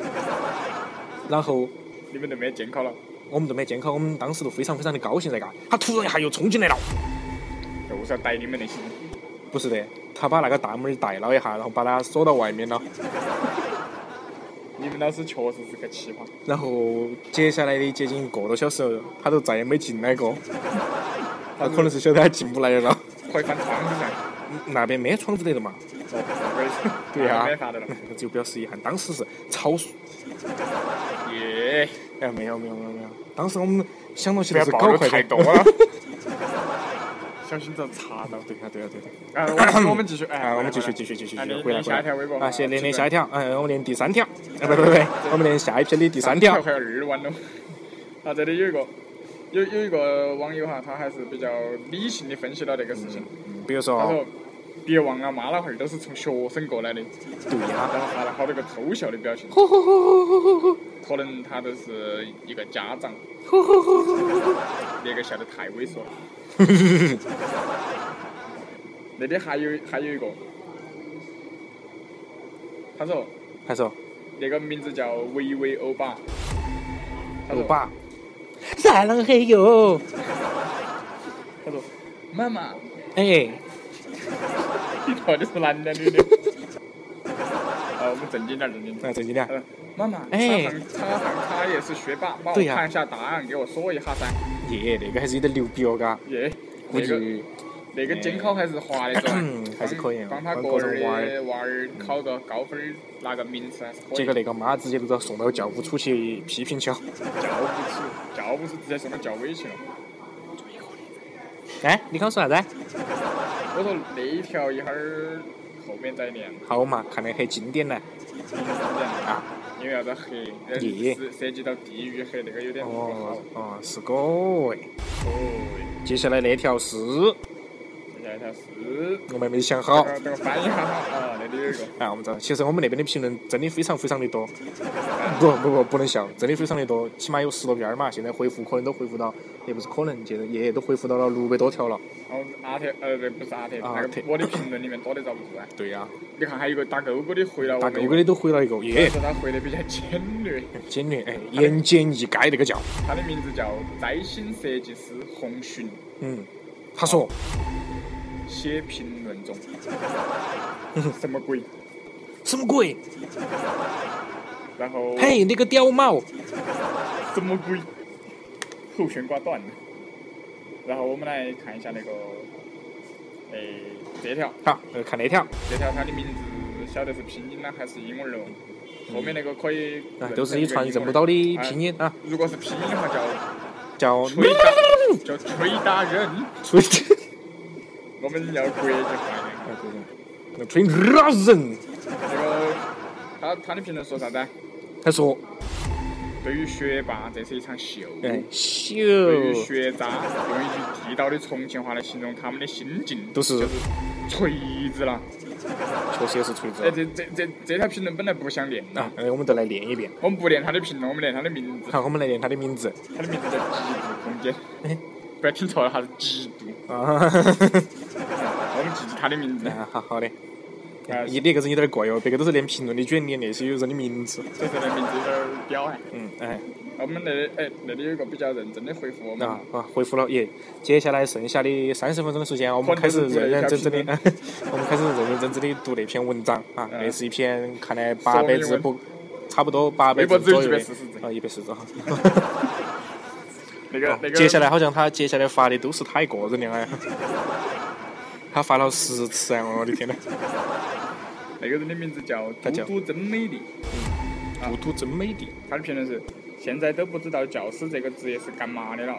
然后你们都没监考了，我们都没监考，我们当时都非常非常的高兴在嘎。他突然一下又冲进来了，又是要逮你们那些人。不是的，他把那个大门带了一下，然后把他锁到外面了。你们老师确实是个奇葩。然后接下来的接近个多小时，他都再也没进来过。他可能是晓得他进不来了，可以翻窗子噻。那边没窗子得了嘛，哦，对啊没法的了。就表示遗憾。当时是超速，耶，哎，没有没有没有没有，当时我们想到起不的要是暴搞露快太点多 啊了。小心遭查到。对呀对呀对呀。啊， 我我们继续，哎，啊，我们继续续。继续继续啊继续连回来连回下一条微来博。啊，先连连是下一条，哎，我们连第三条，哎，不不不，我们连下一篇的第三条快。二万了。啊，这里有一个，有有一个网友哈，他还是比较理性的分析了这个事情。嗯比如他说，说，别忘了妈老汉儿都是从学生过来的，对呀，然后发了好多个偷笑的表情。可能他都是一个家长。那个笑得太猥琐了。那里还有还有一个，他说他说，那个名字叫维维欧巴。他欧说巴，撒浪嘿哟，他说妈妈，哎，你到底是男的女的？啊，我们正经点儿，正经点儿。那正经点他儿，说妈妈，哎他行他行他也是学霸，帮我对呀看一下答案，给我说一下噻。耶，那个还是有点牛逼哦，嘎，耶，估那个计，那个监考还是划得着 还是可以啊帮帮他帮个各种娃儿儿的娃儿考个高分儿，拿个名次还是可以。结果那个妈直接都遭送到教务处去批评去了。教务处，教务处直接送到教委去了。哎，你刚说啥子？我说那一条一会儿后面再念，好嘛，看得很经典呢。啊，因为啥子黑，呃咦涉涉及到地域黑，那个有点不好哦。哦，是个喂。哦，接下来那条是接下来一条是，我们没想等好会儿等会儿翻一下哈。啊，那里有一个，啊，我们知道，其实我们那边的评论真的非常非常的多，不不不，不能笑，真的非常的多，起码有十多篇儿嘛。现在回复可能都回复到，也不是可能，现在爷爷都回复到了六百多条了。然后阿特，呃，不不是阿特，啊那贴个我的评论里面多得遭不住啊。对呀、你看还有一个打勾勾的回了我打们一勾勾，个的都回了一个，虽然耶，说他回的比较简略。简略，哎，言简意赅那个叫，他的名字叫摘星设计师红寻，嗯，他说，写评论 中，什么鬼？什么鬼？然后嘿，你个屌毛！什么鬼？后悬挂断了。然后我们来看一下那个，诶，这条，好，呃看那条，这条它的名字晓得是拼音呢还是英文儿喽？后面那个可以啊，认都是成你一个传英认不文到儿。的拼音啊，如果是拼音的话 叫叫锤打，叫锤打人。 吹，我们要国际化一点。啊对的那吹拉人。那个他他的评论说啥子啊？他说，对于学霸，这是一场秀。哎，对于秀，学渣，用一句地道的重庆话来形容他们的心境，都是就是锤子了。哦确实也是锤子哎，这这这这条评论本来不想念的啊，。哎，我们都来练一练。我们不念他的评论，我们念他的名字。好，我们来念他的名字他的名字叫极度空间哎，不要听错了，他是极度。啊， 我们记住他的名字，啊好好的哎。你那个人有点怪哦，别个都是连评论的居然连那些有人的名字。就是那名字有点儿屌哎。嗯，哎，我们那里哎那里有一个比较认真的回复我们啊，啊，回复了耶。接下来剩下的三十分钟的时间，啊我们开始认认真真的， 我们开始认认真真的读那篇文章啊。那是一篇看来八百字不，差不多八百微字博只有左右的140字，啊，一百四十。那个那个接下来好像他接下来发的都是他一个人的哎，他发了十次哎，我的天呐，那个人的名字叫他叫嘟嘟真美丽。嘟嘟真美丽，他的评论是：现在都不知道教师这个职业是干嘛的了，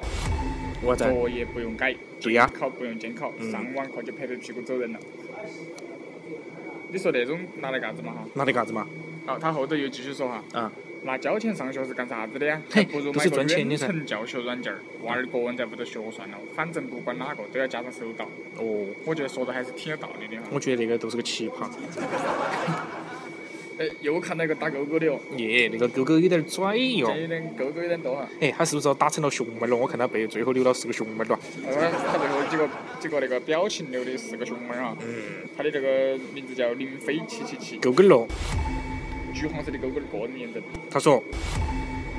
我在啊作业不用改，对呀考不用监考，嗯上网课就拍拍屁股走人了。你说那种拿来干子嘛哈？拿的干啥子嘛？哦好，他后头又继续说哈，啊，拿交钱上学是干啥子的呀？嘿还不如都买是个赚钱的远噻程教学软件儿，娃儿个人在屋头学算了，反正不管哪个都要加上手到。哦，嗯我觉得说的还是挺有道理的哈。我觉得那个都是个奇葩。哎，哎，又看到一个打勾勾的哦，耶，那个狗狗有点拽哟这。有点勾勾有点多哈。哎，他是不是打成了熊猫了？我看他背最后留了是个熊猫了。呃，他最后几个几个那个表情留的是个熊猫哈，嗯，他的这个名字叫林飞七七七，狗狗咯，橘黄色的勾勾的个人颜值。他说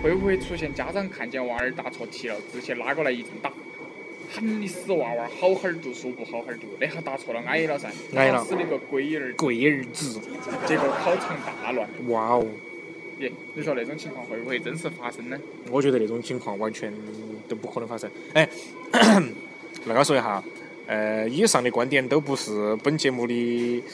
会不会出现家长看见娃儿答错题了，直接拉过来一顿打？喊你死娃娃，好好儿读书不好好儿读，那下答错了挨了噻，挨了打死你个龟儿！龟儿子，结果考场大乱，哇哦！耶！你说那种情况会不会真实发生呢？我觉得那种情况完全都不可能发生。哎，那个说一下，呃，以上的观点都不是本节目的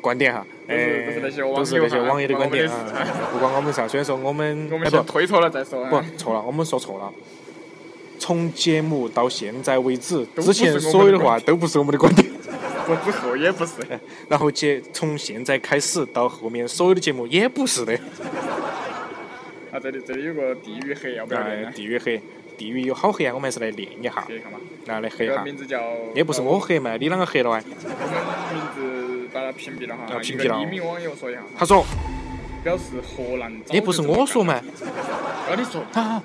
观点哈，哎都是都是那些网友都是那些哈网友的观点网友的啊， 不关我们事啊。虽然说我们我们哎先不推脱了再说啊。不错了，我们说错了。从节目到现在为止，之都不是我前们的所有的观话都不是我们的观点。不之后也不是，然后节从现在开始到后面所有的节目也不是的。啊，这里这里有个地域黑，要不要哎，练？地狱黑，地狱有好黑啊！我们还是来练一下，可以看嘛？拿来黑一这个下。名字叫也不是我黑嘛，你啷个黑了哎？我们名字把它屏蔽了哈，啊屏蔽了一个匿名网友说一下，他说表示荷兰早就也不是这么我说干了，嘛，啊你说，他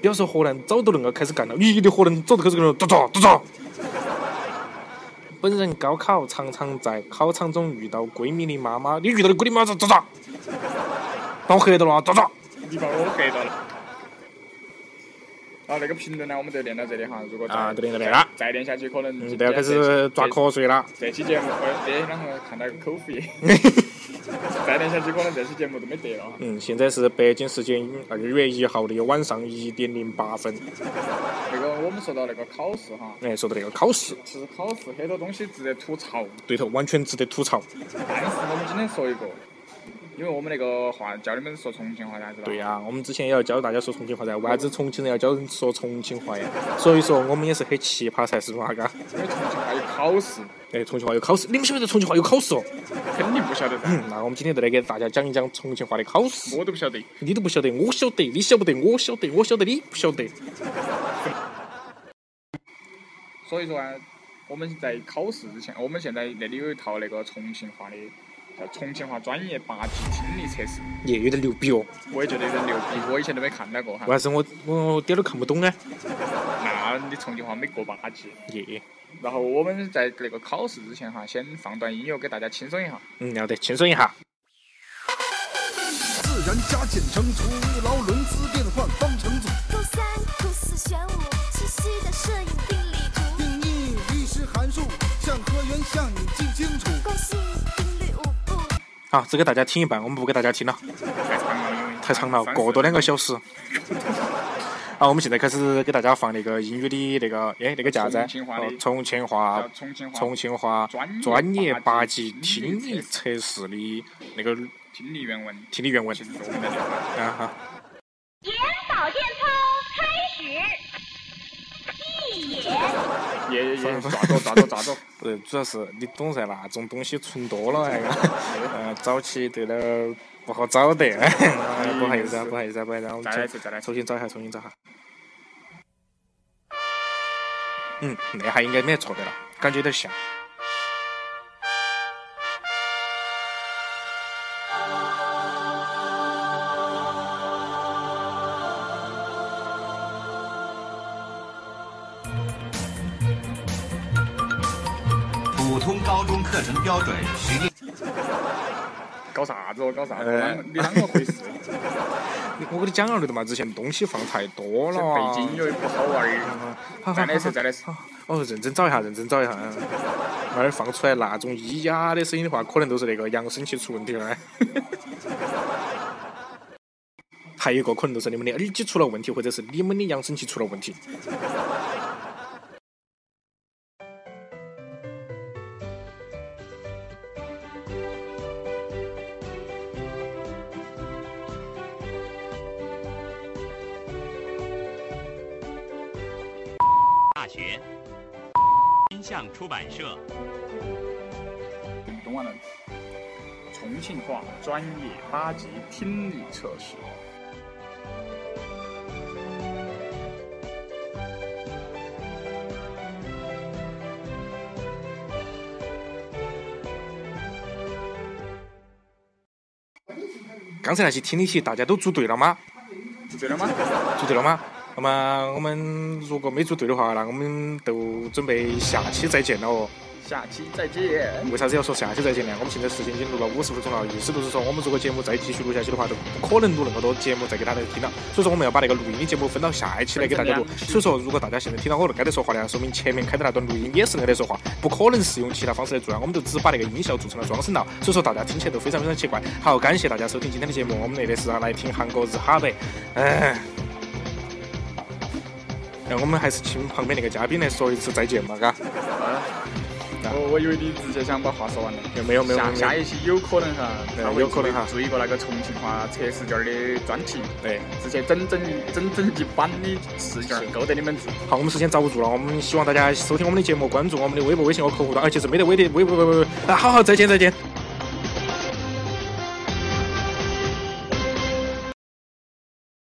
表示荷兰早都恁个开始干了，咦，你荷兰早都开始干了，走走走走。本人高考常常在考场中遇到闺蜜的妈妈，你遇到的闺蜜妈妈走走，把我黑到了啊，走走。你把我黑到了。好，那个评论呢，我们就练到这里哈。如果再啊就练到这里了再练下去可能嗯，今都要天开始抓这瞌睡了。这期节目，呃，这啷个看到个口 福音？再练下去可能这期节目都没得了哈。嗯，现在是北京时间二月一号的晚上一点零八分。那个我们说到那个考试哈，哎，说到那个考试，其实考试很多东西值得吐槽，对头，完全值得吐槽。但是我们今天说一个，因为我们那个话教你们说重庆话噻，是吧？对呀、我们之前也要教大家说重庆话噻，为啥子重庆人要教人说重庆话呀？所以说我们也是很奇葩噻，是不嘛？嘎，因为重庆话有考试，哎，重庆话有考试，你们晓不晓得重庆话有考试哦？ 肯定不晓得噻，那我们今天就来给大家讲一讲重庆话的考试。我都不晓得。你都不晓得，我晓得，你晓不得，我晓得，我晓得，你不晓得。所以说啊，我们在考试之前，我们现在那里有一套那个重庆话的叫重庆话专业八级听力测试，耶，有点牛逼哦！我也觉得有点牛逼，我以前都没看到过哈为。啥子我我点儿都看不懂呢？那你重庆话没过八级？耶，然后我们在那个考试之前哈，先放段音乐给大家轻松一下。嗯，要得，轻松一下。自然加减乘除劳伦斯变换方程组，勾三勾四玄武，清晰的摄影定理图。定义律师函数向和元向你记清楚。惯性定律五步，好，只给大家听一半，我们不给大家听了。 太长了，因为太长了，三过多四两个小时。 啊，我们现在开始给大家放那个音乐的那个，哎，那个叫啥子？啊重庆话的哦，重庆叫话，重庆话重庆话专业啊专业八八级级听听力力测试的那个听力原文，听力原文其实是我们的那个。啊哈。眼保健操开始，闭眼。也也也，抓着抓着抓着，呃，主要是你懂噻，那种东西存多了，哎呀，呃，早起对了不好找的。哎不好意思啊，不好意思啊，不好意思啊，我们再来一次再来一次重新找一下，重新找一下。嗯，那下应该没错的了，感觉有点像。普通高中课程标准实验。搞啥子哦？搞 啥子哎哦？你啷个 回事？ 我跟你讲了的嘛，之前东西放太多了、这啊。背景音乐也不好玩儿。好再来一次，再来一次。哦，认真找一下，认真找一下。嗯那儿放出来那种咿呀的声音的话，可能都是那个扬声器出问题了。哎 还有一个可能就是你们的耳机出了问题，或者是你们的扬声器出了问题。大学，音像出版社。懂完了。重庆话专业八级听力测试。刚才那些听力题大家都做对了吗？对了吗？做对了吗？那么我们如果没做对的话，那我们就准备下期再见了哦。下期再见。为啥子要说下期再见呢？我们现在时间已经录了五十分钟了，意思就是说，我们如果节目再继续录下去的话，就不可能录那么多节目再给大家听了。所以说，我们要把那个录音的节目分到嗯下一期来给大家录分成。两期所以说，如果大家现在听到我挨得说话呢，说明前面开的那段录音也是挨得说话，不可能是用其他方式来做啊。我们就只把那个音效做成了双声道，所以说大家听起来都非常非常奇怪。好，感谢大家收听今天的节目，我们那的是来听韩国日哈的，哎。那我们还是请旁边那个嘉宾来说一次再见吧，嘎。我我以为你直接想把话说完了。没有没有没有下没有下一期有可能哈，对他会有可能哈做一个那个重庆话测试卷儿的专题，对。直接整整整整一版的试卷儿勾得你们做。好，我们时间遭不住了，我们希望大家收听我们的节目，关注我们的微博、微信和客户端，而且是没得微的微博、微博、微博。啊，好好，再见，再见。